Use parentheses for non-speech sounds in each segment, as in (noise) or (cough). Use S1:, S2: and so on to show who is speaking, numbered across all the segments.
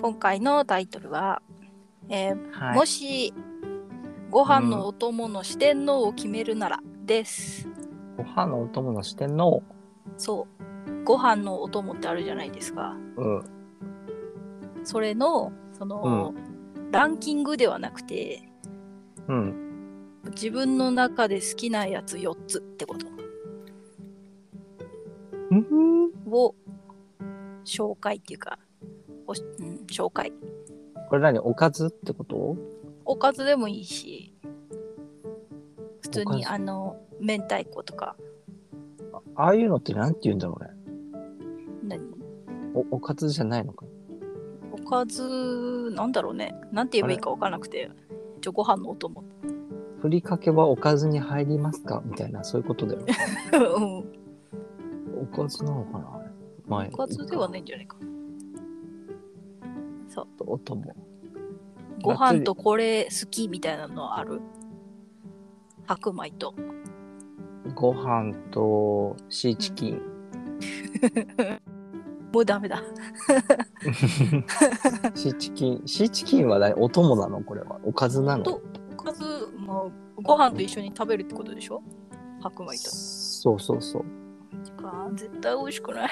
S1: 今回のタイトルは、えー
S2: はい。
S1: もしご飯のお供の四天王を決めるならです。
S2: ご飯のお供の四天王。
S1: そう。ご飯のお供ってあるじゃないですか。
S2: うん。
S1: それの、その、ランキングではなくて、
S2: うん。
S1: 自分の中で好きなやつ4つってこと
S2: うん
S1: を紹介っていうか、おしうん、紹介。
S2: これ何おかずってこと
S1: おかずでもいいし、普通
S2: おか
S1: に
S2: ず
S1: あの、明太子とか、
S2: ああいうのってなんて言うんだろうね。
S1: 何
S2: お、おかずじゃないのか。
S1: おかず、なんだろうね。なんて言えばいいか分からなくて。ちょ、ご飯のお供。
S2: ふりかけはおかずに入りますかみたいな、そういうことだよね。
S1: (laughs) うん
S2: おかずなのかなあれまあ
S1: おかずでは
S2: ね。
S1: ないんじゃないか。
S2: お供。
S1: ご飯とこれ好きみたいなのはある白米と。
S2: ご飯とシーチキン。
S1: もうダメだ。
S2: (laughs) シーチキン。シーチキンは何お供なのこれは。おかずなの
S1: とおかず、まあ、ご飯と一緒に食べるってことでしょ白米と。
S2: そうそ
S1: (laughs)
S2: うそう。
S1: あー絶対美味しくない。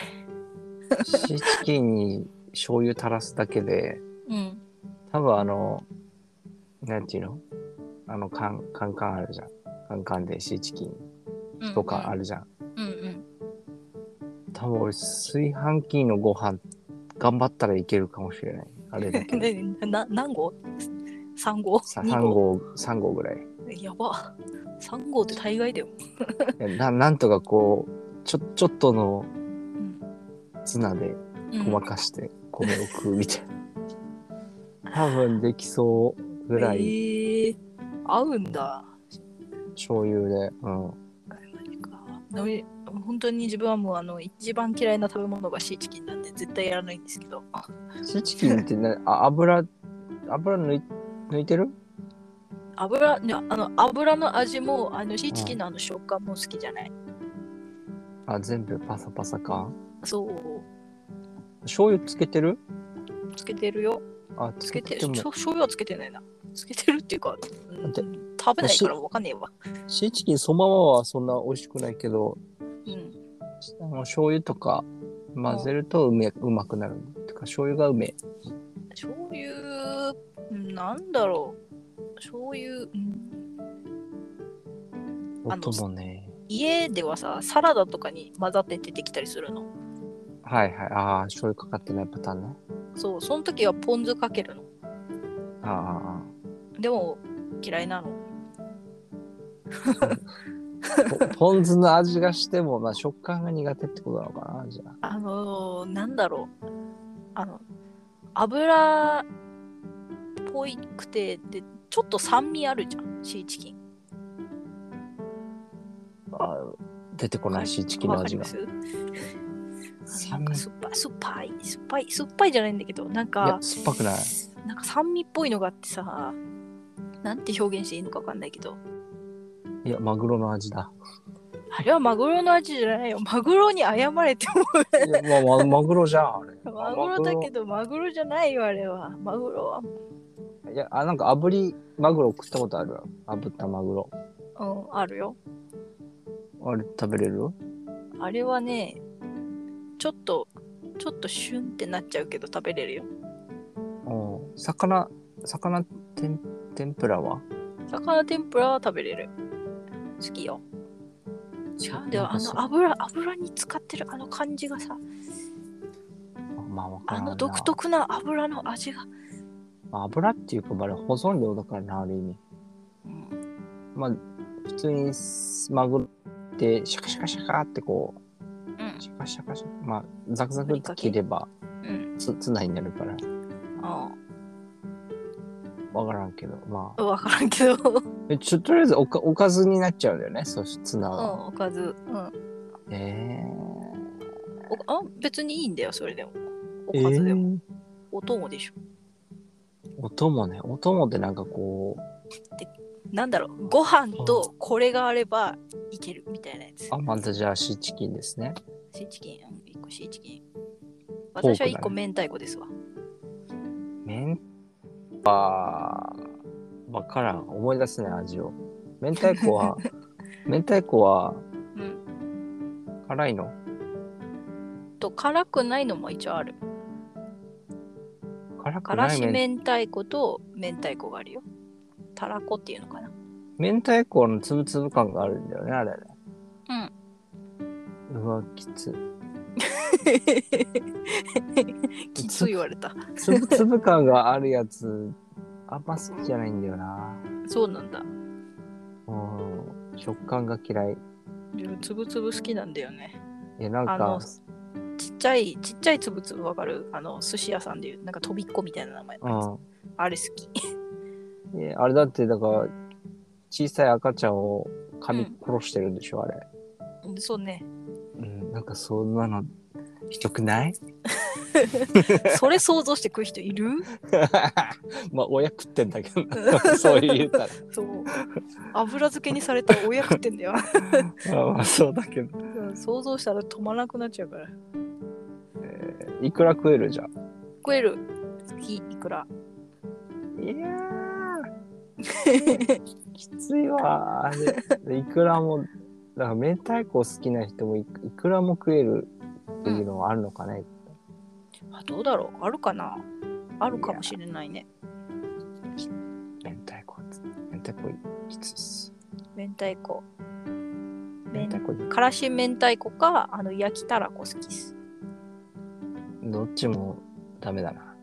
S2: シーチキンに醤油垂らすだけで、
S1: うん。
S2: 多分あの、なんていうのあの、カン、カンカンあるじゃん。カンカンでシーチキン
S1: うん
S2: とかあるじゃん。
S1: うんうん。
S2: 多分俺、炊飯器のご飯、頑張ったらいけるかもしれない。あ
S1: (laughs)
S2: れだけで。
S1: ねな何号 ?3 号
S2: さ
S1: ?2
S2: 3
S1: 号
S2: 号、3号ぐらい。
S1: やば。3号って大概だよ。
S2: いやななんとかこう、ちょ、ちょっとの
S1: うん。
S2: ツナで
S1: うん
S2: ごまかして米を食うみたいな。多分できそうぐらい
S1: えー、合うんだ。
S2: 醤油で。うん。
S1: (laughs) マジかのり本当に自分はもうあの一番嫌いな食べ物がシーチキンなんで絶対やらないんですけどあ
S2: シーチキンってなあ油油抜い抜いてる
S1: 油ねあの油の味もあのシーチキンのあの食感も好きじゃない、
S2: あ全部パサパサか
S1: そう
S2: 醤油つけてる
S1: つけてるよ
S2: あ
S1: つけて
S2: でも
S1: しょ醤油はつけてないなつけてるっていうか、うん食
S2: だっ
S1: べないからわかんねえわ、
S2: シーチキンそのままはそんな美味しくないけど
S1: うん、
S2: あの醤油とか混ぜるとうめうまくなるてか醤油がうめ
S1: 醤油うんなんだろう醤油、うん、あの
S2: 音もね
S1: 家ではさサラダとかに混ざって出てきたりするの
S2: はいはいああ醤油かかってないパターンね
S1: そうその時はポン酢かけるの
S2: ああ
S1: でも嫌いなの
S2: ああ
S1: (laughs)
S2: ポポン酢の味がしても、まあ、食感が苦手ってことなのかなじゃあ
S1: あのー、なんだろう。あの、油っぽいくて、で、ちょっと酸味あるじゃん、シーチキン。
S2: あー出てこないシーチキンの
S1: わかり
S2: 味
S1: ま
S2: が
S1: すあ
S2: 酸
S1: のなん
S2: 味
S1: か
S2: い
S1: 酸っぱい、酸っぱい、酸っぱい、酸っぱいじゃないんだけど、なん
S2: や
S1: か、
S2: 酸っぱくない
S1: なんか酸味っぽいのがあってさ、なんて表現していいのかわかんないけど、
S2: いやマグロの味
S1: (laughs)
S2: だ
S1: あれはマグロの味じゃないよ。マグロに謝れって思
S2: いやまあまあ、マグロじゃん、あれ。
S1: う。マグロだけど、マグロじゃないよ、あれは。マグロ
S2: ど。いや、あ、なんか炙りマグロ食ったことあるよ。炙ったマグロ。
S1: は、うん、あるよ。
S2: あれ食べれる
S1: あれはね、ちょっと、ちょっとシュンってなっちゃうけど食べれるよ。
S2: うん。魚、魚天、天ぷらは
S1: 魚天ぷらは食べれる。好きよ。違うんだよ。あの
S2: あ、
S1: 油、油に使ってるあの感じがさ、
S2: まあ、わから
S1: あ
S2: んな
S1: の独。特な油の味が。
S2: まあ油っていうか、まああれ保存料だからな、ある意味。
S1: うん、
S2: まあ、普通にマグロって、シャカシャカシャカってこ
S1: うん
S2: う、シャカシャカシャカ、まあ、ザクザクって切れば、
S1: うん
S2: つ、ツナになるから、
S1: あ
S2: わからんけど、まあ
S1: あ、わからんけど、うん、。
S2: えちょ、とりあえずおか、おかずになっちゃうんだよね、そしてツナは。
S1: おかず。うん。
S2: ええ
S1: おあ別にいいんだよ、それでも。おかずでも。
S2: も。
S1: お供でしょ。
S2: お供ね。お供ってなんかこう、
S1: なんだろう、ご飯とこれがあればいけるみたいなやつ。
S2: あ、まずじゃあシーチキンですね。
S1: シーチキン、うん、1個シーチキン。
S2: フォークだね
S1: 私は1個明太子ですわ。
S2: メンパー、わからん。思い出せない味を。明太
S1: (laughs)
S2: 子は、明太子は
S1: うん。
S2: 辛いの
S1: と、辛くないのも一応ある。
S2: 辛く
S1: から
S2: ない
S1: し
S2: めん
S1: 明太子と明太子があるよ。たらこっていうのかな。
S2: 明太子のつぶつぶ感があるんだよね、あれね。うん。うわ、きつ。
S1: (laughs) きつい言われた。
S2: つぶつぶ感があるやつ、あんま好きじゃないんだよな。
S1: そうなんだ。
S2: うん。食感が嫌い。
S1: でもつぶつぶ好きなんだよね。
S2: え、なん
S1: あ
S2: か
S1: の、ちっちゃい、ちっちゃいつぶつぶわかるあの、寿司屋さんでいう、なんか飛びっこみたいな名前のやつ
S2: うん。
S1: あれ好き。
S2: えあれだってだから小さい赤ちゃんを噛
S1: う
S2: み
S1: ん
S2: 殺してるんでしょ、あれ、
S1: そうね。
S2: うん、なんかそんなのひどくない
S1: それ想像して食う人いる
S2: (laughs) まあ親食ってんだけ
S1: (laughs)
S2: どなそう言うたら
S1: そう。油漬けにされた親食ってんだよ。 (laughs)
S2: まあまあそうだけど、
S1: うん想像したら止まらなくなっちゃうから。
S2: えーいくら食えるじゃん
S1: 食える。好き、いくら。
S2: いやーきついわあれいくらもだから明太子好きな人もいいくらも食えるっていうのはあるのかね、
S1: (laughs) あどうだろうあるかなあるかもしれないね。
S2: 明太子つ明太子きついっす
S1: 明太子。
S2: 明太子
S1: からし明太子か、あの、焼きたらこ好きっす。
S2: どっちもダメだな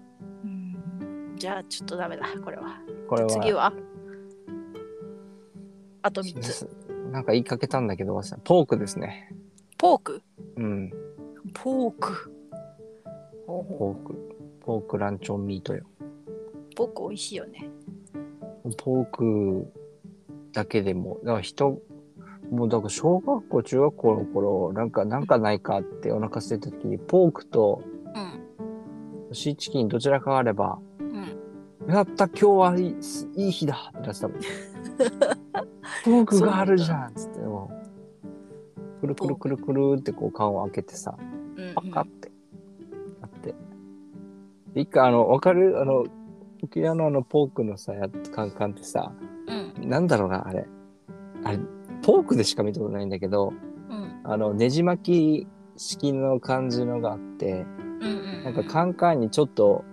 S1: うん。じゃあ、ちょっとダメだ、これは。
S2: これは
S1: 次はあと3つ。
S2: なんか言いかけたんだけど忘れたポークですね
S1: ポーク
S2: うん
S1: ポーク。ほうほ
S2: ポークポークランチョンミートよ
S1: うポーク美味しいよね。
S2: ポークだけでもだから人もうだから小学校中学校の頃なんかなんかないかってお腹空いた時にポークと
S1: うん。
S2: シーチキンどちらかがあれば
S1: うん。
S2: やった今日はいいいい日だってなってたもんポークがあるじゃんっつってもうくるくるくるくるってこう缶を開けてさ
S1: うん
S2: パカって、あって。一回、あの、わかるあの、沖縄のあの、ポークのさ、やつカンカンってさ、
S1: うん。
S2: なんだろうな、あれ。あれ、ポークでしか見たことないんだけど、
S1: うん。
S2: あの、ねじ巻き式の感じのがあって、
S1: うん。うん。
S2: なんかカンカンにちょっと、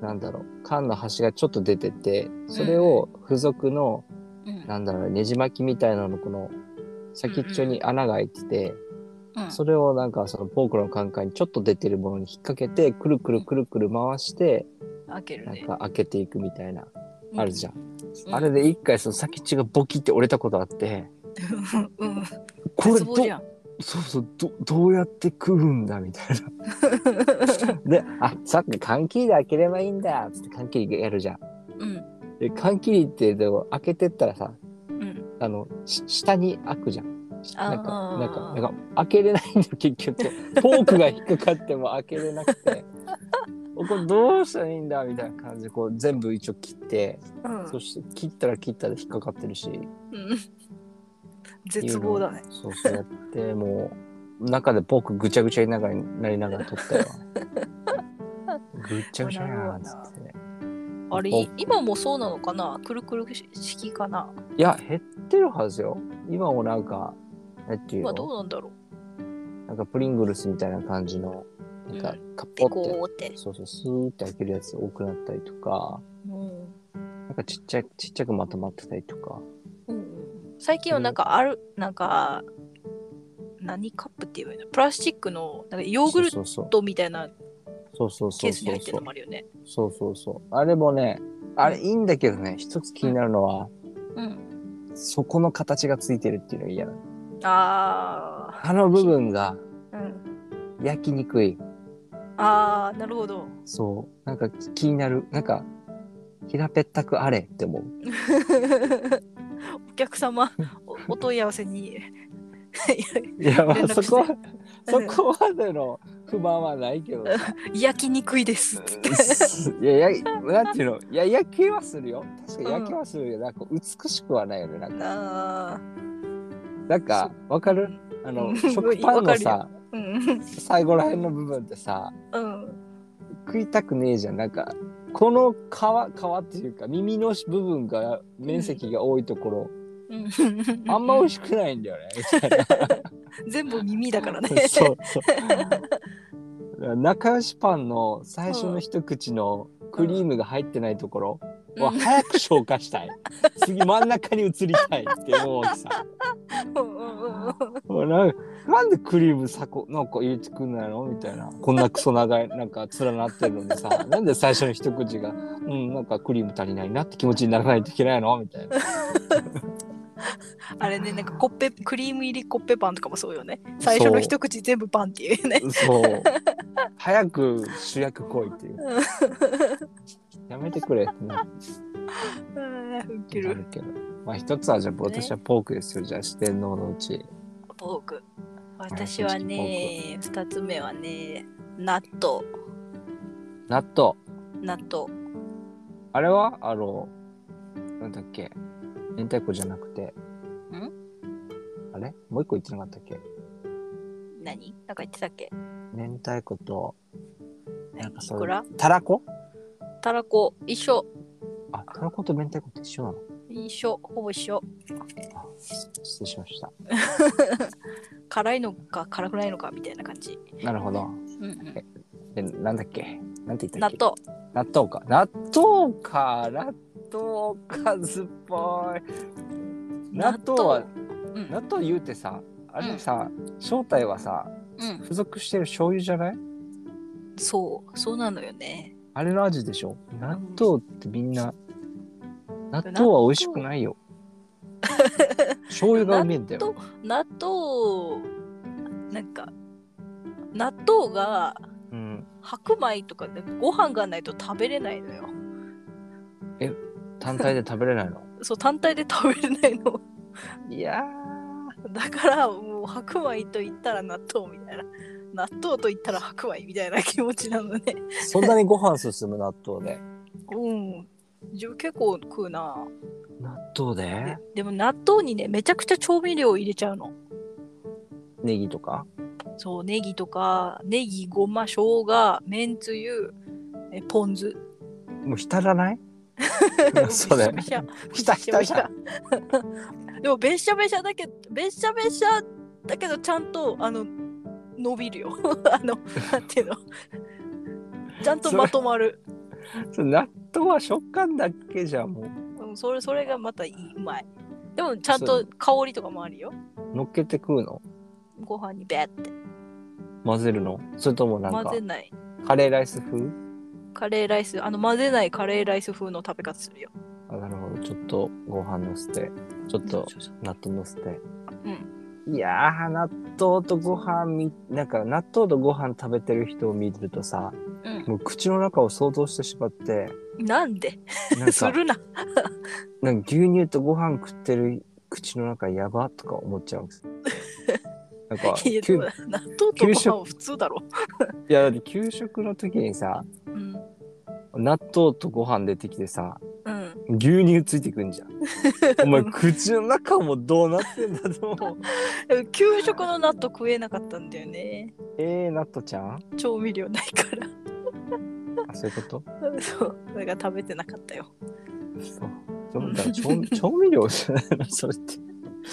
S2: なんだろう、缶の端がちょっと出てて、それを付属の、
S1: うん。
S2: なんだろう、ねじ巻きみたいなの、この、先っちょに穴が開いてて、
S1: うん。
S2: それをなんかそのポークのカンカンにちょっと出てるものに引っ掛けてくるくるくるくる回して
S1: 開ける
S2: なん
S1: ね。
S2: か開けていくみたいなあるじゃん、
S1: うん
S2: あれで一回その先っちょがボキって折れたことあって
S1: うん。うん。
S2: これ
S1: 絶
S2: ど
S1: 望じ
S2: (laughs)
S1: ゃん。
S2: そうそうどどうやって食うんだみたいなであさっき缶切りで開ければいいんだっつって缶切りやるじゃん
S1: うん。
S2: で缶切りってでも開けてったらさ
S1: うん。
S2: あのし下に開くじゃん
S1: あー
S2: なんかなんかなんか開けれないんだよ結局フォークが引っかかっても開けれなく
S1: (laughs)
S2: てこれどうしたらいいんだみたいな感じでこう全部一応切って、
S1: うん
S2: そして切ったら切ったで引っかかってるし
S1: うん絶望だね。
S2: そうそうやってもう中でフォークぐちゃぐちゃにながらなりながら取ったよぐちゃぐちゃやんっつってね
S1: あれ
S2: お、
S1: 今もそうなのかなくるくる式かない
S2: や減ってるはずよ今もなんかなんていう
S1: 今ど
S2: の
S1: うなんだろ
S2: なんかプリングルスみたいな感じのなんか
S1: う
S2: カ
S1: う
S2: ッ
S1: ピ
S2: ポって
S1: コーって。
S2: そうそう、スーって開けるやつ多くなったりとか、
S1: うん
S2: なんかちっちゃい、ちっちゃくまとまってたりとか。
S1: うんうん最近はなんかある、なんか、何カップって言えばいいのプラスチックのなんかヨーグル
S2: そうそう
S1: トみたいな
S2: そう。そうそ
S1: ケ
S2: う
S1: ースに
S2: そ
S1: 入
S2: う
S1: って
S2: そ
S1: る
S2: う
S1: の。もあるよね。
S2: そうそうそう。あれもね、あれいいんだけどね、一つ気になるのは、
S1: うん。
S2: そこの形がついてるっていうのが嫌だ。
S1: あ
S2: あの部分が
S1: ー、うん。
S2: 焼きにくい。
S1: あー、なるほど。 (laughs)
S2: そう。なんか気になる。なんか、平べったくあれって思う。
S1: お客様、おお問い合わせ (laughs) に。いや
S2: いや、
S1: (laughs)
S2: ま
S1: 連
S2: あ
S1: 絡して
S2: そこは、そこまでの不満はないけどさ。
S1: 焼きにくいです。
S2: (laughs) いや、や、なんていうの、いや、焼けはするよ。確かに焼けはするよ、なんか美しくはないよね、なんか、
S1: あ
S2: なんか、わかる。あ
S1: う
S2: の、
S1: ん
S2: 食パンのさ、
S1: ー、うん。
S2: 最後らへんの部分ってさ、
S1: うん。
S2: 食いたくねえじゃん、なんか。この皮皮っていうか耳の部分が面積が多いところ、
S1: うん
S2: あんま美味
S1: し
S2: しくないんだよね。
S1: (laughs) 全部耳だからね
S2: そうそう。仲良しパンの最初の一口のクリームが入ってないところ
S1: うん
S2: を早く消化したい。次真ん中に移りたいって思うわけさ。
S1: うんうんうんうん
S2: もうなんかなんでクリームさこなんか入れてくんないのみたいなこんなクソ長いなんか連なってるのにさなんで最初の一口がうんなんかクリーム足りないなって気持ちにならないといけないのみたいな
S1: あれねなんかコッペクリーム入りコッペパンとかもそうよね最初の一口全部パンっていうね
S2: そう早く主役来いっていうやめてくれってな
S1: うんウケ
S2: な
S1: る
S2: るけど。まあ一つはじゃあ私はポークですよ。じゃあ四天王のうち。
S1: ポーク私はね二つ目はね納豆
S2: 納豆。
S1: 納豆
S2: あれはあの、なんだっけ。明太子じゃなくて。んあれもう一個言ってなかったっけ
S1: 何なんか言ってたっけ
S2: 明太子と、なんか
S1: い
S2: そ
S1: く
S2: れ
S1: ら。
S2: たらこ
S1: たらこ一緒
S2: あ、たらこと明太子って一緒なの
S1: 一緒ほぼ一緒
S2: あ失礼しました。
S1: 辛いのか辛くないのかみたいな感じ、
S2: なるほど。
S1: うんうん、
S2: で、なんだっけなんて言った
S1: 納
S2: っけ
S1: 豆
S2: 納豆か。納豆か。納豆かずっぽい。納豆は、
S1: うん
S2: 納豆言うてさあれさ、正体はさ
S1: うん、
S2: 付属してる醤油じゃない
S1: そうそうなのよね
S2: あれの味でしょ納豆ってみんな納豆は美味しくない (laughs) よ醤油がうめえんだよ
S1: 納豆なんか納豆が
S2: うん
S1: 白米とかでご飯がないと食べれないのよ
S2: 単体で食べれないの
S1: そう単体で食べれないの
S2: (laughs)
S1: (laughs)
S2: いや
S1: だからもう白米と言ったら納豆みたいな納豆と言ったら白米みたいな気持ちなのね
S2: ーそんなにご飯進む納豆で
S1: うん自分結構食うな
S2: 納豆
S1: で
S2: で
S1: でも納豆にねめちゃくちゃ調味料を入れちゃうの
S2: ネギとか
S1: そうネギとかネギごま生姜めんつゆえポン酢
S2: もう浸ら (laughs) ない (laughs) それ
S1: べしゃべ
S2: ひ
S1: しゃ
S2: たひたひた
S1: (laughs) でもべしゃべしゃだけどべしゃべしゃだけどちゃんとあの伸びるよ (laughs) あのなんていうのちゃんとまとまる
S2: そう納豆は食感だけじゃも
S1: うんそれそれがまたいいうまいでもちゃんと香りとかもあるよ
S2: う乗っけて食うの
S1: ご飯にべって
S2: 混ぜるのそれともなん
S1: 混
S2: か
S1: ぜない
S2: カレーライス風
S1: カレーライスあの混ぜないカレーライス風の食べ方するよ
S2: あなるほどちょっとご飯のせてちょっと
S1: そうそうそう
S2: 納豆のせていやー納豆とご飯みなんか納豆とご飯食べてる人を見るとさ
S1: うん
S2: もう口の中を想像してしまって
S1: (laughs) なんで
S2: なん
S1: す
S2: か
S1: るな
S2: なんか牛乳とご飯食ってる口の中やばとか思っちゃうんです
S1: (laughs)
S2: なんか
S1: いや
S2: きゅ
S1: 納豆とご
S2: 給
S1: 飯
S2: 食
S1: は普通だろ、
S2: いやだって給食の時にさ
S1: うん
S2: 納豆とご飯出てきてさ
S1: うん、
S2: 牛乳ついてくんじゃんお
S1: (laughs)
S2: 前口の中もどうなってんだと思う
S1: 給食の納豆食えなかったんだよね
S2: えー、納豆ちゃん
S1: 調味料ないから
S2: あそういうこと
S1: そうだから食べてなかったよ
S2: そう。そう (laughs) だから調味調味料じゃないのそれって。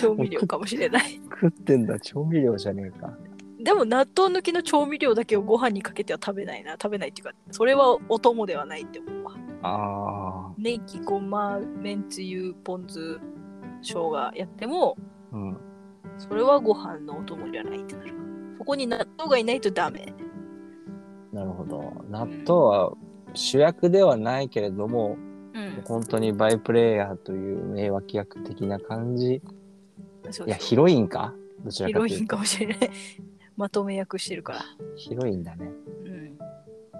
S1: 調味料かもしれない
S2: 食ってんだ、調味料じゃねえか。
S1: (laughs) でも納豆抜きの調味料だけをご飯にかけては食べないな食べないっていうかそれはお供ではないって思うわ
S2: あ
S1: ネギごまめんつゆポン酢生姜やっても
S2: あ。うん。
S1: それはご飯のお供じゃないってなるわそこに納豆がいないとダメ
S2: なるほど。納豆は主役ではないけれど
S1: う
S2: も、
S1: ん
S2: 本当にバイプレイヤーという名脇役的な感じ。
S1: そう
S2: いや、
S1: そう
S2: ヒロインかどちら
S1: ヒ
S2: か
S1: ロ
S2: と
S1: イ
S2: いう
S1: ン
S2: と。
S1: かもしれない (laughs) まとめ役してるから、
S2: ヒロインだね。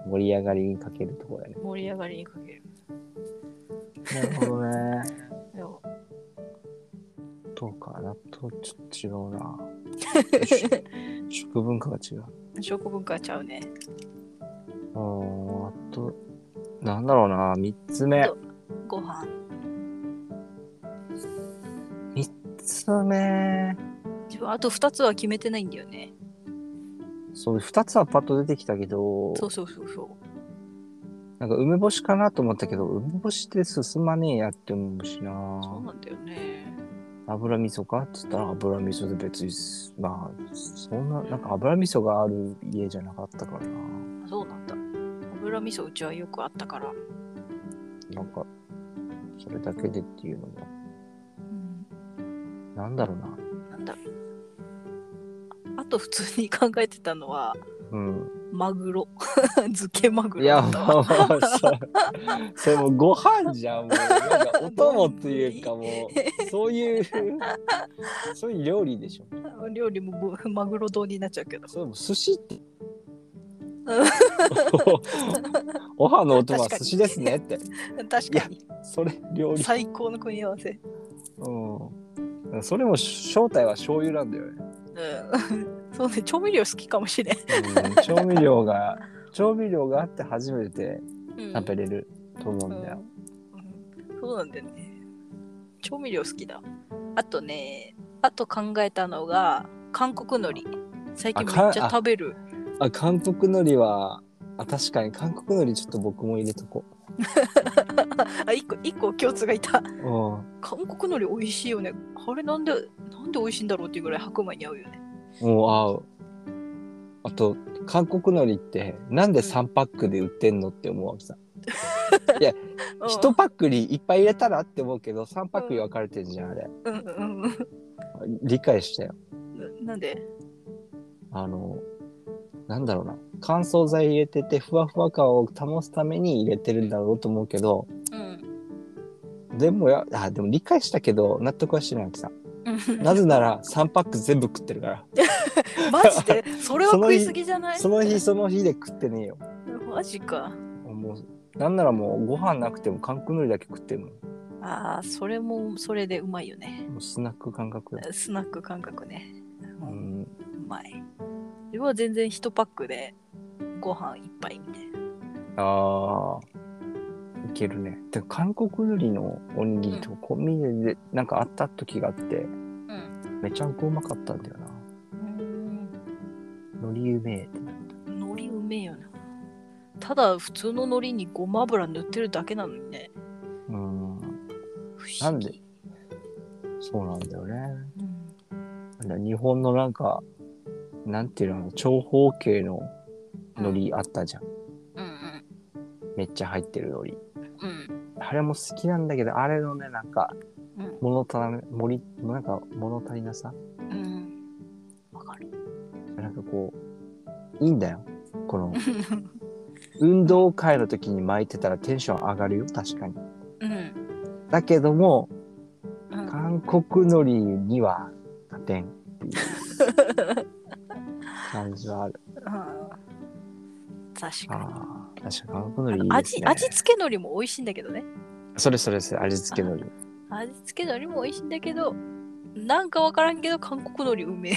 S1: うん、
S2: 盛り上がりにかけるところだね。
S1: 盛り上がりにかける
S2: なるほどね。 (laughs)
S1: でも
S2: どうか、納豆ちょっと
S1: (laughs)
S2: 違うな。食文化が違う。
S1: 食文化ちゃうね
S2: あーあと、なんだろうな、三つ目。
S1: ご飯
S2: 三つ目。
S1: 自分あと2つは決めてないんだよね
S2: そう、二つはパッと出てきたけど、
S1: そうそうそうそう
S2: なんか梅干しかなと思ったけど、梅干しって進まねえやって思うしな。
S1: そうなんだよね。
S2: 油味噌かっつったら油味噌で別にす、まあ、そんな、なんか油味噌がある家じゃなかったからな。
S1: そうなんだ。油味噌うちはよくあったから。
S2: なんか、それだけでっていうのも、なんだろうな。
S1: なんだろう。あと普通に考えてたのは、
S2: うん。
S1: マグロ。 (laughs) 漬けマグ
S2: いや、
S1: ロだ
S2: も
S1: ったわ。
S2: う、それ、それもうご飯じゃん。もう、なんかお供っていうかも
S1: (laughs)
S2: う、そういう、そういう料理でしょ。
S1: (laughs) 料理ももうマグロ丼になっちゃうけど。
S2: それもう寿司って。おはのお供は寿司ですねって。
S1: 確かに。
S2: それ料理。
S1: 最高の組み合わせ。
S2: うん。それも正体は醤油なんだよね。
S1: うん。 (laughs) そうね、調味料好きかもしれん。
S2: うん、調味料が、調味料があって初めて食べれると思うんだよ。
S1: うんそうなんだよね。調味料好きだ。あとね、あと考えたのが、韓国海苔。最近めっち
S2: あか
S1: ゃ食べる。
S2: あ、韓国海苔は、あ、確かに韓国海苔ちょっと僕も入れとこ
S1: あ、一個、一個共通がいた。
S2: う。うん。
S1: 韓国海苔美味しいよね。あれなんで、なんで美味しいんだろうっていうぐらい白米に合うよね。
S2: もう合う。あと、韓国海苔って、なんで3パックで売ってんのって思うわけさ。
S1: うん
S2: 1パックにいっぱい入れたらって思うけど、3パックに分かれてるじゃん、あれ。
S1: うんうんうん
S2: 理解したよ。
S1: な。なんで
S2: あの、なんだろうな。乾燥剤入れてて、ふわふわ感を保つために入れてるんだろうと思うけど、
S1: うん。
S2: でもや、あ、でも理解したけど、納得はしてないわけさ。
S1: うん
S2: なぜなら3パック全部食ってるから。
S1: (laughs) マジでそれは食いすぎじゃない
S2: その日その日で食ってねえよ。
S1: マジか。
S2: もう、なんならもうご飯なくても韓国海苔だけ食ってるの。も
S1: ああ、それもそれでうまいよね。
S2: うスナック感覚よ。
S1: スナック感覚ね。
S2: う
S1: うん
S2: ん。
S1: うまい。自分は全然1パックでご飯一杯みたいな。
S2: あー。いけるね。で韓国海苔のおにぎりとコンビニでなんかあった時があって、めちゃくうまかったんだよな。
S1: うん。
S2: 海苔うめえって。
S1: 海苔うめえよな。ただ普通の海苔にごま油塗ってるだけなのにね。
S2: うん。
S1: 不思議
S2: なんでそうなんだよね。
S1: うん
S2: なんか日本のなんか、なんていうの、長方形の海苔あったじゃん。
S1: うん
S2: めっちゃ入ってる
S1: う
S2: 海苔。
S1: んうん
S2: あれも好きなんだけど、あれのね、なんか、
S1: うん
S2: 物足らな、盛り、なんか物足りなさ
S1: うん。わかる。
S2: なんかこう、いいんだよ。こ
S1: (laughs)
S2: の、運動会の時に巻いてたらテンション上がるよ、確かに。
S1: うん。
S2: だけども、
S1: うん
S2: 韓国海苔には勝てんっ
S1: (laughs)
S2: ていう感じはある。
S1: あー確
S2: あ
S1: かに。
S2: あ、確かに韓国海苔いいです
S1: 味
S2: ね。
S1: 味付け海苔も美味しいんだけどね。
S2: それそれそれ、味付け海苔。
S1: 味付け海苔も美味しいんだけど、なんかわからんけど韓国海苔うめえ。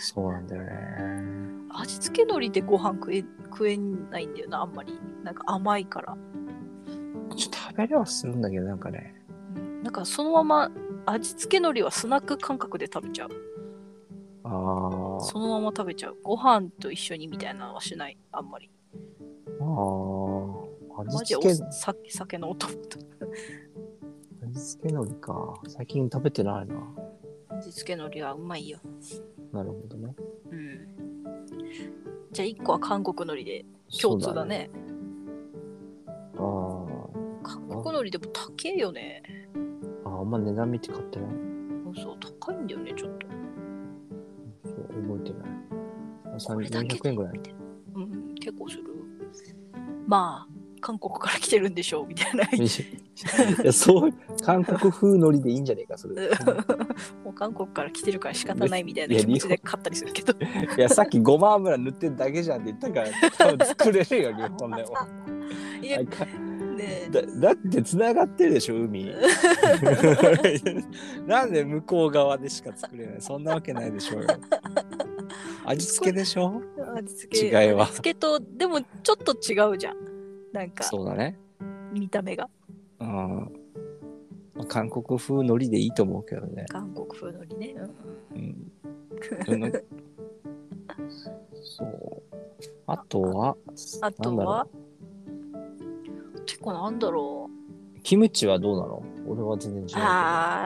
S2: そうなんだよね。
S1: 味付け海苔でご飯食え食えないんだよな、あんまり。なんか甘いから。
S2: ちょっと食べれはするんだけど、なんかね。
S1: うんなんかそのまま味付け海苔はスナック感覚で食べちゃう。
S2: ああ。
S1: そのまま食べちゃう。ご飯と一緒にみたいなのはしない、あんまり。
S2: ああ。
S1: マ
S2: 味
S1: ジ
S2: 付
S1: お
S2: け、
S1: 酒酒の音。
S2: 味付け海苔か。最近食べてないな。
S1: 味付け海苔はうまいよ。
S2: なるほどね。
S1: うん。じゃあ1個は韓国海苔で共通だね。
S2: そうだね。
S1: 韓国海苔でも高えよね。
S2: ああ。ああんま値段見て買ってない。
S1: そう、高いんだよね、ちょっと。
S2: そう、覚えてない。
S1: これだけ
S2: 300円ぐらい。
S1: (laughs) うん、結構する。まあ、韓国から来てるんでしょう、みたいな。
S2: いやそう、韓国風海苔でいいんじゃねえか、それ。
S1: (laughs) もう韓国から来てるから仕方ないみたいな気持ちで買ったりするけど。
S2: いや、さっきごま油塗ってるだけじゃんって言ったから、多分作れるよ、日
S1: (laughs)
S2: 本でも。
S1: いや、ね
S2: か
S1: え
S2: だだってつながってるでしょ海
S1: (laughs)
S2: なんで向こう側でしか作れないそんなわけないでし
S1: (laughs)
S2: ょうよ味付けでしょ
S1: 味付け。
S2: 違いは
S1: 味付けと、でもちょっと違うじゃん。なんか、
S2: うだね
S1: 見た目が。
S2: うんまあ韓国風海苔でいいと思うけどね、
S1: 韓国風のりね。うん
S2: うん、そのそうあとは
S1: あと
S2: なんだろ
S1: は、結構なんだろう。
S2: キムチはどうなの俺は全然知ら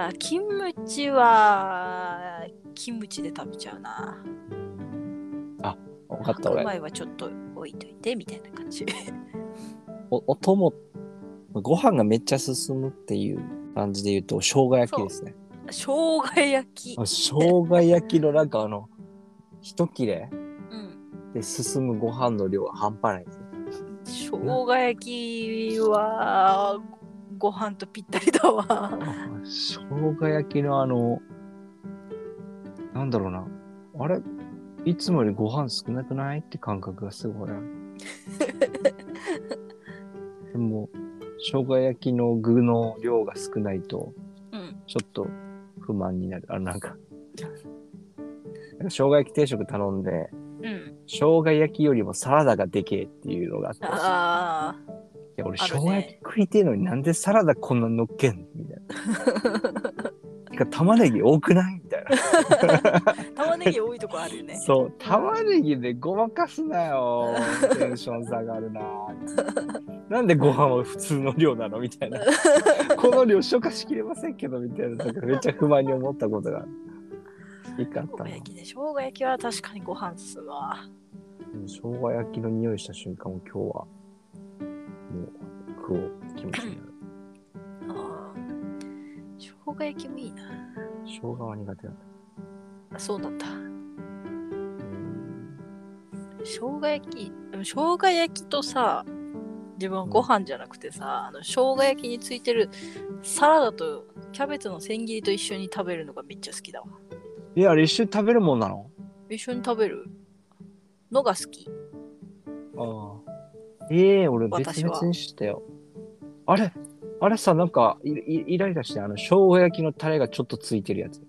S1: あー、キムチは、キムチで食べちゃうな。
S2: ないけど。分かった
S1: 白
S2: 俺。
S1: 米はちょっと置いといて、みたいな感じ。
S2: おお供、ご飯がめっちゃ進むっていう感じで言うと、生姜焼きですね。
S1: 生姜焼き
S2: あ。生姜焼きのなんかあの、一切れ
S1: うん。
S2: で進むご飯の量は半端ないですね。
S1: 生姜焼きは、ご飯とぴったりだわ。
S2: 生姜焼きのあの、なんだろうな。あれいつもよりご飯少なくないって感覚が
S1: (laughs)
S2: すごいある。でも、生姜焼きの具の量が少ないと、
S1: うん。
S2: ちょっと不満になる。あ、なんか。生姜焼き定食頼んで、
S1: うん。
S2: 生姜焼きよりもサラダがでけえっていうのがあって、
S1: ああ。
S2: いや俺
S1: あるね
S2: 生姜焼き食いてえのになんでサラダこんなのっけんみたいな。
S1: (laughs)
S2: てか玉ねぎ多くないみたいな。
S1: 玉ねぎ多いとこあるよね。
S2: そう、玉ねぎでごまかすなよ。テンション下がるな。なんでご飯は普通の量なのみたいな。この量消化しきれませんけどみたいな。なんかめっちゃ不満に思ったことがある。いかっ
S1: 生
S2: た
S1: 姜
S2: な。
S1: 焼きね。生姜焼きは確かにご飯進むわ。
S2: 生姜焼きの匂いした瞬間も今日は、もう食おう気持ちにな
S1: (laughs)
S2: る。
S1: あー生姜焼きもいいな。
S2: 生姜は苦手だった。
S1: あそうだった。
S2: うん
S1: 生姜焼き、でも生姜焼きとさ、自分はご飯じゃなくてさ、あの生姜焼きについてるサラダとキャベツの千切りと一緒に食べるのがめっちゃ好きだわ。
S2: いや、あれ一緒に食べるもんなの
S1: 一緒に食べるのが好き。
S2: ああ。ええ俺別
S1: 私は
S2: 々にしてたよ。あれあれさ、なんかイイイライラして、あの、生姜焼きのタレがちょっとついてるやつ。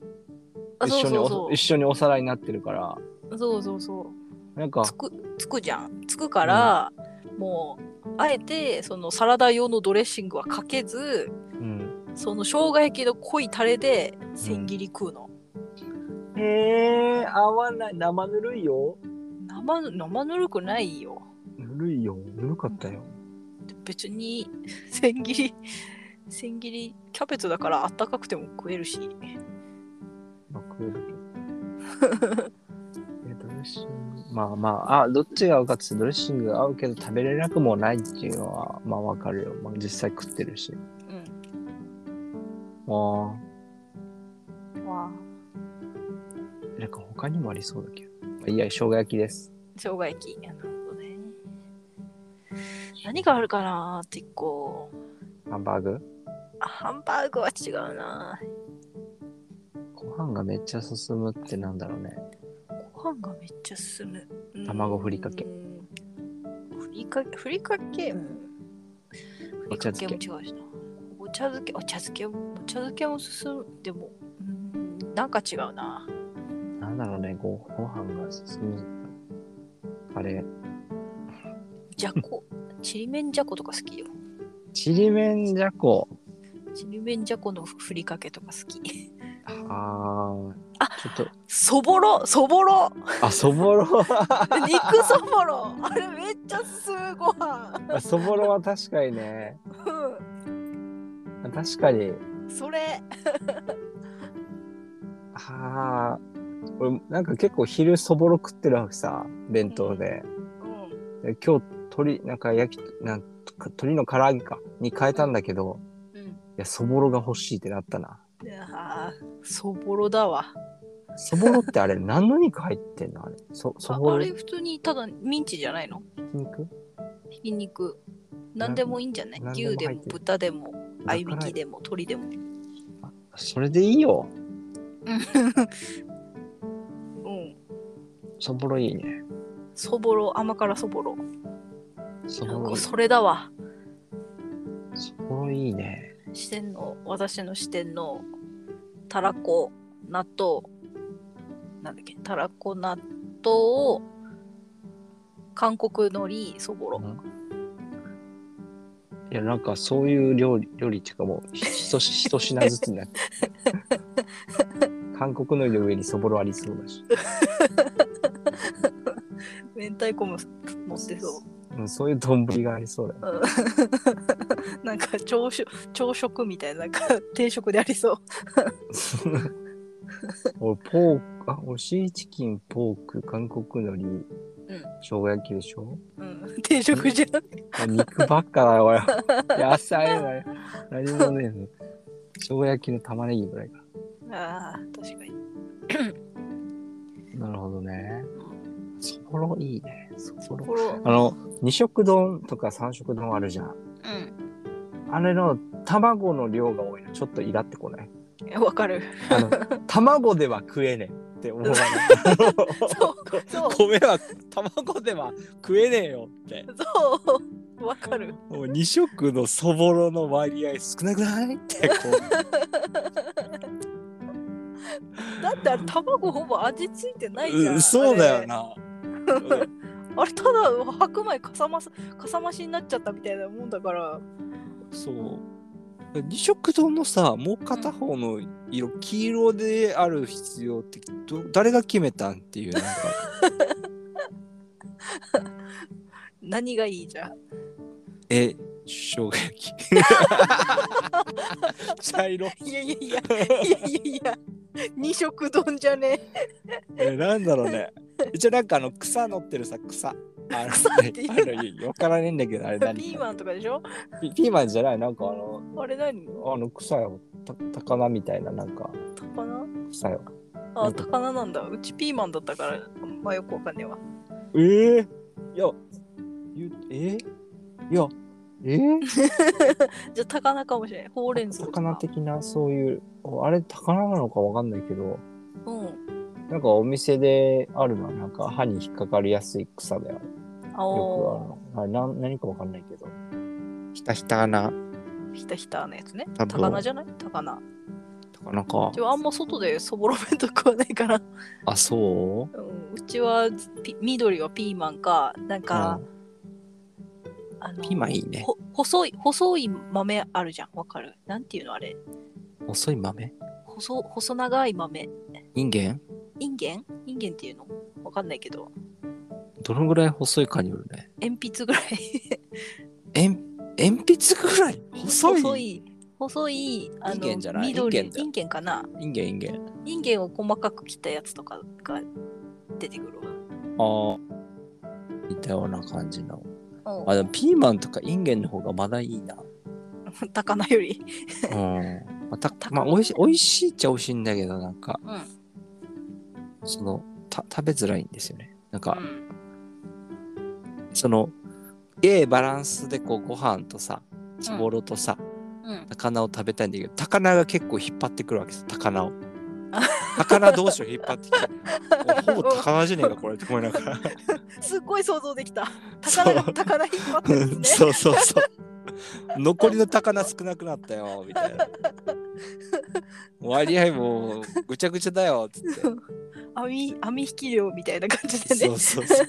S1: あ、そう
S2: 一緒に
S1: そう
S2: お
S1: そ
S2: 一緒にお皿になってるから、
S1: う。そうそうそう。
S2: なんか
S1: つ、くつくじゃんつくから、もうあえてそのサラダ用のドレッシングはかけず
S2: うん。
S1: その生姜焼きの濃いタレで千切り食うの、
S2: ええ合わない。生ぬるいよ。
S1: 生ぬ生ぬるくないよ
S2: ぬるいよ。ぬるかったよ。
S1: 別に (laughs) 千切り千切りキャベツだからあったかくても食えるし
S2: まあ、食えるけど。えドレッシングまあまあ、あ、どっちが合うかっつってドレッシングが合うけど食べれなくもないっていうのは、まあわかるよ。まあ実際食ってるし。
S1: う
S2: ああ。
S1: んわあ
S2: なんか他にもありそうだけど。まあいいや、生姜焼きです。
S1: 生姜焼きなるほどね何があるかなってこう
S2: ハンバーグ
S1: あハンバーグは違うな
S2: ご飯がめっちゃ進むってなんだろうね。
S1: ご飯がめっちゃ進む。
S2: 卵ふりかけ
S1: うん。ふりかけ、ふりかけ、うん。ふりかけも違うしな。お茶漬け、お茶漬けも、お茶漬けも進む。でも、うん、なんか違うな。
S2: なんだろうね、ごご飯が進む。あれ、
S1: じゃ
S2: (laughs)
S1: こ、ちりめんじゃことか好きよ。
S2: ちりめんじゃこ。
S1: ちりめんじゃこのふりかけとか好き。
S2: あー
S1: あ
S2: ちょっと、
S1: そぼろ、そぼ
S2: (laughs)
S1: ろ、
S2: あ、そぼろ。
S1: 肉そぼろ。あれめっちゃ進むご飯。
S2: あそぼろは確かにね。
S1: う
S2: 確かに。
S1: ん、それ。
S2: ああ。俺、なんか結構昼そぼろ食ってるわけさ、弁当で。
S1: うん。
S2: で今日、鶏、なんか焼き、なんか鶏の唐揚げか、に変えたんだけど、
S1: うん。
S2: いや、そぼろが欲しいってなったな。
S1: ああ、そぼろだわ。
S2: そぼろってあれ、
S1: (laughs)
S2: 何の肉入ってんのあれ。そ、そ
S1: あ
S2: ぼ
S1: あ
S2: ろ
S1: れ普通にただミンチじゃないの
S2: 肉
S1: ひき肉何でもいいんじゃない
S2: なん
S1: 牛でも
S2: なんでも入ってる
S1: 豚でも合いび
S2: だか
S1: き
S2: ら
S1: でも鶏で
S2: (laughs)
S1: も
S2: それでいいよ。
S1: うん
S2: そぼろいいね。
S1: そぼろ甘辛そぼろ
S2: そぼろいい。
S1: それだわ
S2: そぼろいいね。
S1: 四天王私の四天王たらこ納豆なんだっけたらこ納豆韓国海苔そぼろ
S2: いや、なんかそういう料理、料理っていうかもう、ひひとしひと品ずつになってる。韓国のりの上にそぼろありそうだし。
S1: 明太子も乗ってそ (laughs)
S2: うん、そういう丼がありそうだよ。
S1: う、うんなん (laughs) か朝食朝食みたいななんか定食でありそう
S2: 俺、ポーク、あ、俺、シーチキン、ポーク、韓国海苔、生姜焼きでしょ
S1: うん定食じゃん
S2: あ肉ばっかだよ、俺。野菜は何もねえの。生姜焼きの玉ねぎぐらいか。
S1: (laughs) あー確かに
S2: なるほどね。そぼろいいね。そぼろ。
S1: ころ
S2: あの、二色丼とか三色丼あるじゃん。
S1: う
S2: あれの卵の量が多いの、ちょっとイラってこない。
S1: んわかる (laughs)
S2: あの、卵では食えねえって思わない。
S1: そうそう
S2: 米は卵では食えねえよって。
S1: そうわかる
S2: もう2色のそぼろの割合少なくないってこ
S1: だってあれ卵ほぼ味ついてな
S2: う
S1: いじゃん、
S2: うんそうだよな。
S1: あれただ白米かさまさかさ増しになっちゃったみたいなもんだから
S2: そう。2色丼のさもう片方の色黄色である必要ってど誰が決めたんっていうなんか
S1: 何がいいじゃん
S2: え生姜
S1: (laughs)
S2: 焼き茶色 (laughs)
S1: いやいやいやいやいやいや二色丼じゃね
S2: えなんだろうね一応なんかあの草乗ってるさ草あの
S1: 草っていう
S2: あのいいよわからねえんだけどあれ
S1: え
S2: 何
S1: ピーマンとかでしょ
S2: ピピーマンじゃないなんかあの
S1: あれ何
S2: あの草よた高菜みたいななんか
S1: 高菜
S2: 草よ
S1: あ高菜なんだうちピーマンだったからあんまよくわかんねえわ
S2: ええいやゆえいやえ
S1: じゃあ高菜かもしれないほうれん草とか
S2: 魚的なそういうあれ高菜なのかわかんないけど
S1: うん
S2: なんかお店であるのはなんか歯に引っかかりやすい草だよよ
S1: あ
S2: くある
S1: お
S2: のあれなん何かわかんないけどひたひたな
S1: ひたひたのやつね
S2: 多分
S1: 高菜じゃない高菜
S2: 高菜か
S1: でもあんま外でそぼろ弁当食わないから
S2: あそう
S1: うんうちはピ緑はピーマンかなんか、あの
S2: ピーマンいいね
S1: ほ細い細い豆あるじゃんわかるなんていうのあれ
S2: うん細い豆
S1: 細細長い豆
S2: インゲン
S1: インゲンインゲンっていうのわかんないけど
S2: どのぐらい細いかによるね
S1: 鉛筆ぐらい
S2: えん鉛筆ぐらい
S1: 細い細いあの
S2: インゲンじゃない
S1: 緑
S2: インゲンだよ
S1: インゲンかな
S2: インゲンインゲン
S1: インゲンを細かく切ったやつとかが出てくる
S2: ああ似たような感じの
S1: わ、う
S2: あでもピーマンとかインゲンの方がまだいいな。
S1: ん、高菜より (laughs)
S2: うん。まあ、たまあ、おいし美味しいっちゃ美味しいんだけど、なんか、
S1: うん
S2: そのた、食べづらいんですよね。なんか、
S1: うん
S2: その、ええバランスでこう、ご飯とさ、そぼろとさ、
S1: うん
S2: 高菜を食べたいんだけど、高菜が結構引っ張ってくるわけです高菜を。高菜どうしよう引っ張ってき
S1: (laughs)
S2: て。もうほぼ高菜じゃねえか、これって思いながら。
S1: すっごい想像できた高菜
S2: そ
S1: が
S2: う
S1: 高菜引っ張ってるん (laughs) ですね
S2: (laughs) そうそうそう。残りの高菜少なくなったよ、みたいな。割合もうぐちゃぐちゃだよ、つって。
S1: 網網引き漁みたいな感じでね
S2: そうそうそう。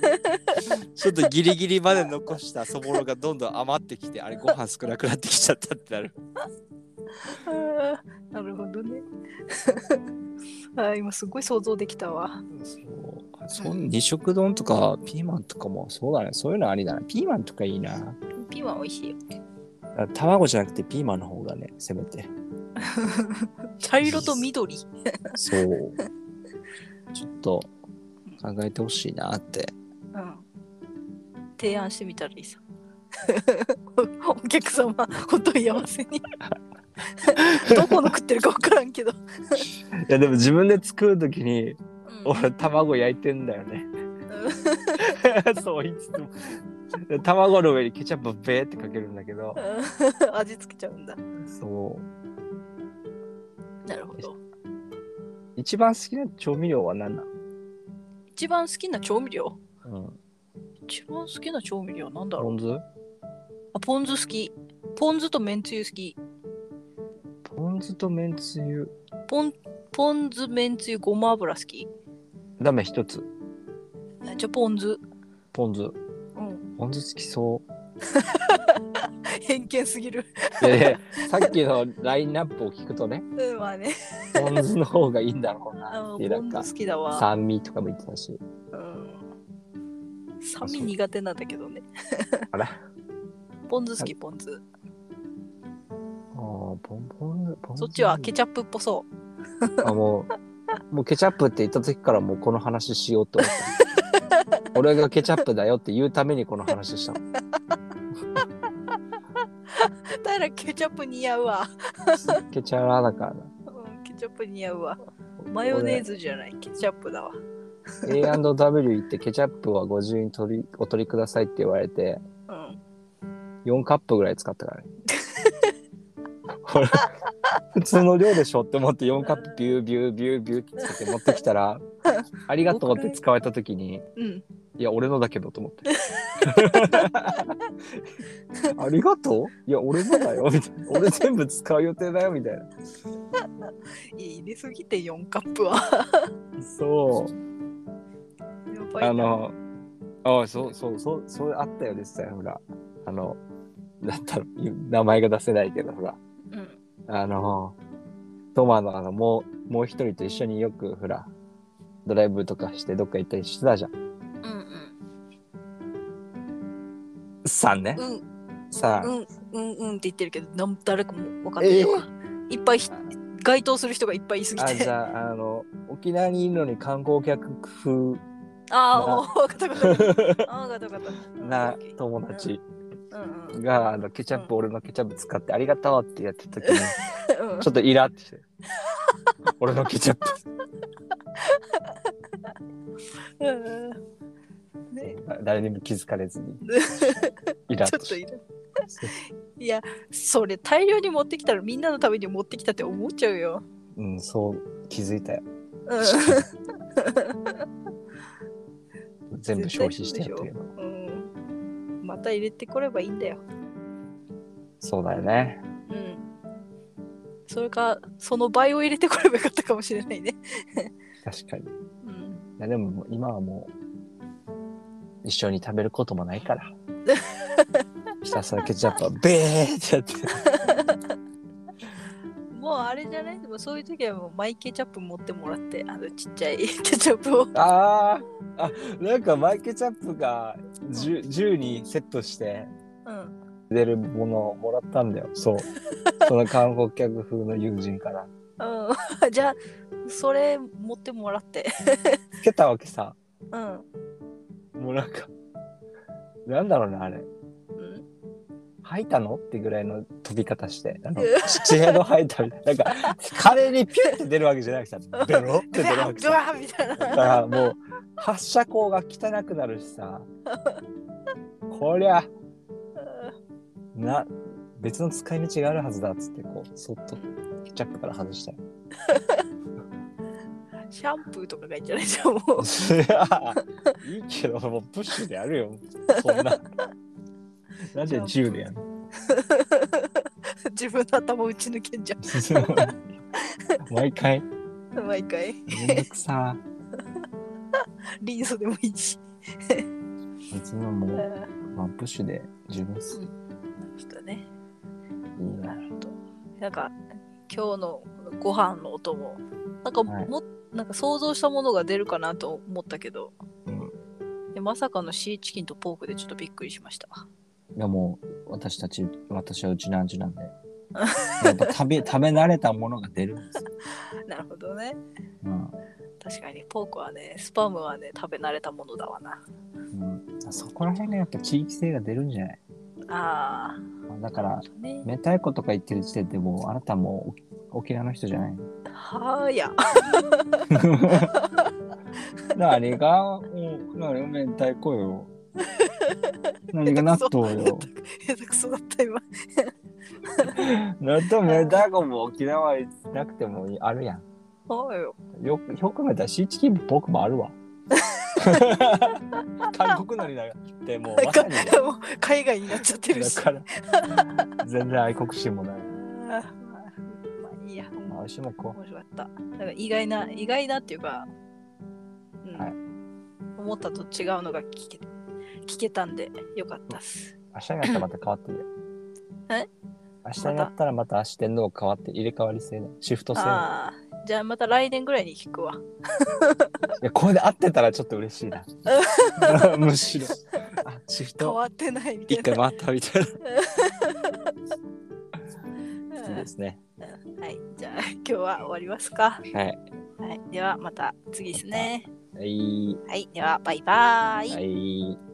S2: ちょっとギリギリまで残したそぼろがどんどん余ってきて、あれご飯少なくなってきちゃったってなる。
S1: あーなるほどね (laughs) あー今すごい想像できたわ
S2: そう。そん二色丼とかピーマンとかもそうだね。そういうのありだな。ピーマンとかいいな。
S1: ピーマン美味しいよ
S2: 卵じゃなくてピーマンの方がね、せめて。
S1: 茶色と緑
S2: (laughs) そう。ちょっと考えてほしいなって。
S1: うん提案してみたらいいさお客様お問い合わせにどこの食ってるか分からんけど、
S2: いやでも自分で作るときに
S1: うん
S2: 俺卵焼いてんだよね。 (laughs)
S1: う
S2: そういつも。卵の上にケチャップべーってかけるんだけど。
S1: ん味付けちゃうんだ
S2: そう。
S1: なるほど
S2: 一番好きな調味料は何な
S1: 一番好きな調味料
S2: のうん。
S1: 一番好きな調味料なんだろう
S2: ポン酢
S1: あポン酢好きポン酢とめんつゆ好き
S2: ポン酢とめんつゆ。
S1: ポンポン酢めんつゆごま油好き
S2: ダメ一つ。
S1: あじゃあポン酢
S2: ポン酢。
S1: うん、
S2: ポン酢好きそ
S1: 偏見すぎる。
S2: う。いやいや、さっきのラインナップを聞くとね、
S1: うん、まあね。
S2: ポン酢の方がいいんだろう
S1: あ
S2: なっ
S1: の、
S2: ていう、な
S1: ポ
S2: ん
S1: ン
S2: か
S1: 酢好きだわ。
S2: 酸味とかも言ってたし。
S1: うん。酸味苦手なんだけどね。
S2: あら
S1: ポン酢好き、ポン酢。
S2: もうボンボンボン
S1: そっちはケ
S2: ち
S1: チャップっぽそう。
S2: あもう、もうケチャップって言った時からもうこの話しようと思
S1: (laughs)
S2: った。俺がケチャップだよって言うためにこの話したの。
S1: 平ケチャップ似合うわ。
S2: ケチャラだからな。
S1: うんケチャップ似合うわ。マヨネーズじゃない、ケチャップだわ。
S2: 俺 A&W 行ってケチャップはご自由に取りお取りくださいって言われて、
S1: うん。
S2: 4カップぐらい使ったからね。これ普通の量でしょって思って4カップビュービュービュービューってつけて持ってきたら、ありがとうって使われた時に、
S1: うん。
S2: いや、俺のだけどと思って。ありがとういや、俺のだよ、みたいな。俺全部使う予定だよ、みたいな。
S1: 入れすぎて4カップは。
S2: そう。
S1: やばいな
S2: あ、の、あそうそう、そう、そうあったよ、実際、ほら。あの、なんだろう、名前が出せないけど、ほら。
S1: うん。
S2: あの、トマの、あの、もう、もう一人と一緒によく、ほら、ドライブとかしてどっか行ったりしてたじゃん。
S1: うん
S2: さんね
S1: う。ん。うん
S2: さ。
S1: うんんうんうんって言ってるけど、なん誰かも分かってないわ。いっぱいひ該当する人がいっぱいいすぎ
S2: あ、じ
S1: て。あ
S2: ゃあ、あの、沖縄にいるのに観光客風
S1: あー、もう分かった分かった。ああ、分かった分かった。
S2: な
S1: うん
S2: 友達
S1: うんうん。
S2: があのケチャップ、俺のケチャップ使ってありがとうってやってた時にち
S1: うん
S2: ょっとイラって
S1: (laughs)
S2: して俺のケチャップ
S1: (laughs) うんね
S2: 誰にも気づかれ
S1: (laughs)
S2: ずにイラっ
S1: ちょ
S2: と
S1: っ
S2: し
S1: と
S2: て
S1: いる。いや、それ大量に持ってきたらみんなのために持ってきたって思っちゃうよ。
S2: うんそう気づいたよ
S1: う
S2: 全部消費してやったけど
S1: ん。うんまた入れてこればいいんだよ。
S2: そうだよね
S1: うん。それか、その倍を入れてこればよかったかもしれないね。
S2: 確かにい
S1: うん。
S2: やでももう今はもう一緒に食べることもないから (laughs) ひたすらケチャップはベーってやって
S1: もうあれじゃないでもそういう時はもうマイケチャップ持ってもらって、あのちっちゃい (laughs) ケチャップを。
S2: あーあなんかマイケチャップが 10, 10にセットして
S1: うん。
S2: 出るものをもらったんだよそう (laughs) その観光客風の友人から
S1: うん、 (laughs) じゃあ、それ持ってもらって。
S2: つけたわけさ
S1: うん。
S2: もうなんかなんだろうなあれ
S1: うん
S2: 吐いたのってぐらいの飛び方してあの七平の吐いたみたいななんか彼にピュって出るわけじゃなくてさベロっ
S1: ド
S2: て出
S1: ワ
S2: るわ
S1: ー
S2: け
S1: ドワ
S2: さ
S1: ーみたいな。
S2: だからもう発射口が汚くなるしさこりゃな別の使い道があるはずだっつってこうそっとケチャップから外したよ
S1: シャンプーとかがいいんじゃないじゃあもう。
S2: いやいいけどもうプッシュでやるよそんななんで銃でやるの
S1: (laughs) 自分の頭打ち抜けんじゃ
S2: 毎回
S1: ん。毎回。
S2: めんどくさ
S1: リンスでもいいし。
S2: 別の
S1: う
S2: もう、
S1: ん
S2: まあ、プッシュで十分です
S1: ちょっとね。
S2: いいな
S1: なんか、今日のご飯のお供、なんかも、
S2: はい
S1: なんか想像したものが出るかなと思ったけど、
S2: うん
S1: でまさかのシーチキンとポークでちょっとびっくりしました。
S2: いやもう私たち私はうちなんち (laughs) なんでやっぱ食べ食べ慣れたものが出るんですよ、
S1: なるほどね。
S2: うん
S1: 確かに、ポークはね、スパムはね、食べ慣れたものだわな。
S2: うん、そこら辺がやっぱ地域性が出るんじゃない
S1: あ
S2: だから
S1: あ、ね。
S2: 明太子とか言ってる時点でもうあなたもう沖縄の人じゃない
S1: はーや。 (laughs)
S2: 何が何が明太子よ (laughs) 何が納豆よ
S1: 下手くそだった今。
S2: 納豆明太子も沖縄行ってなくてもあるやん
S1: はーよ。
S2: よくよく見たらシーチキンも僕もあ (laughs) るわ韓国なりだってもうまさにだ
S1: もう海外になっちゃってるし。
S2: から全然愛国心もない
S1: あーまあまあいいや、
S2: まあ美味しいもんこ
S1: 面白かった。なんか意外な、意外なっていうか、うん
S2: はい
S1: 思ったと違うのが聞け聞けたんでよかったっす。
S2: う明日になったらまた変わってるよ
S1: え
S2: 明日になったらまた視点の変わって入れ替わり制だシフト制だ
S1: ああ、じゃあまた来年ぐらいに聞くわ。
S2: いやこれで合ってたらちょっと嬉し
S1: (laughs)
S2: いなむしろあシフ
S1: 変
S2: ト
S1: わってないみた
S2: 一
S1: いな
S2: 回。回ったみたいな好きですね。
S1: (laughs) はい、じゃあ今日は終わりますか。
S2: はい。
S1: はい、ではまた次ですね。
S2: はい。
S1: はい、ではバイバーイ。
S2: はい。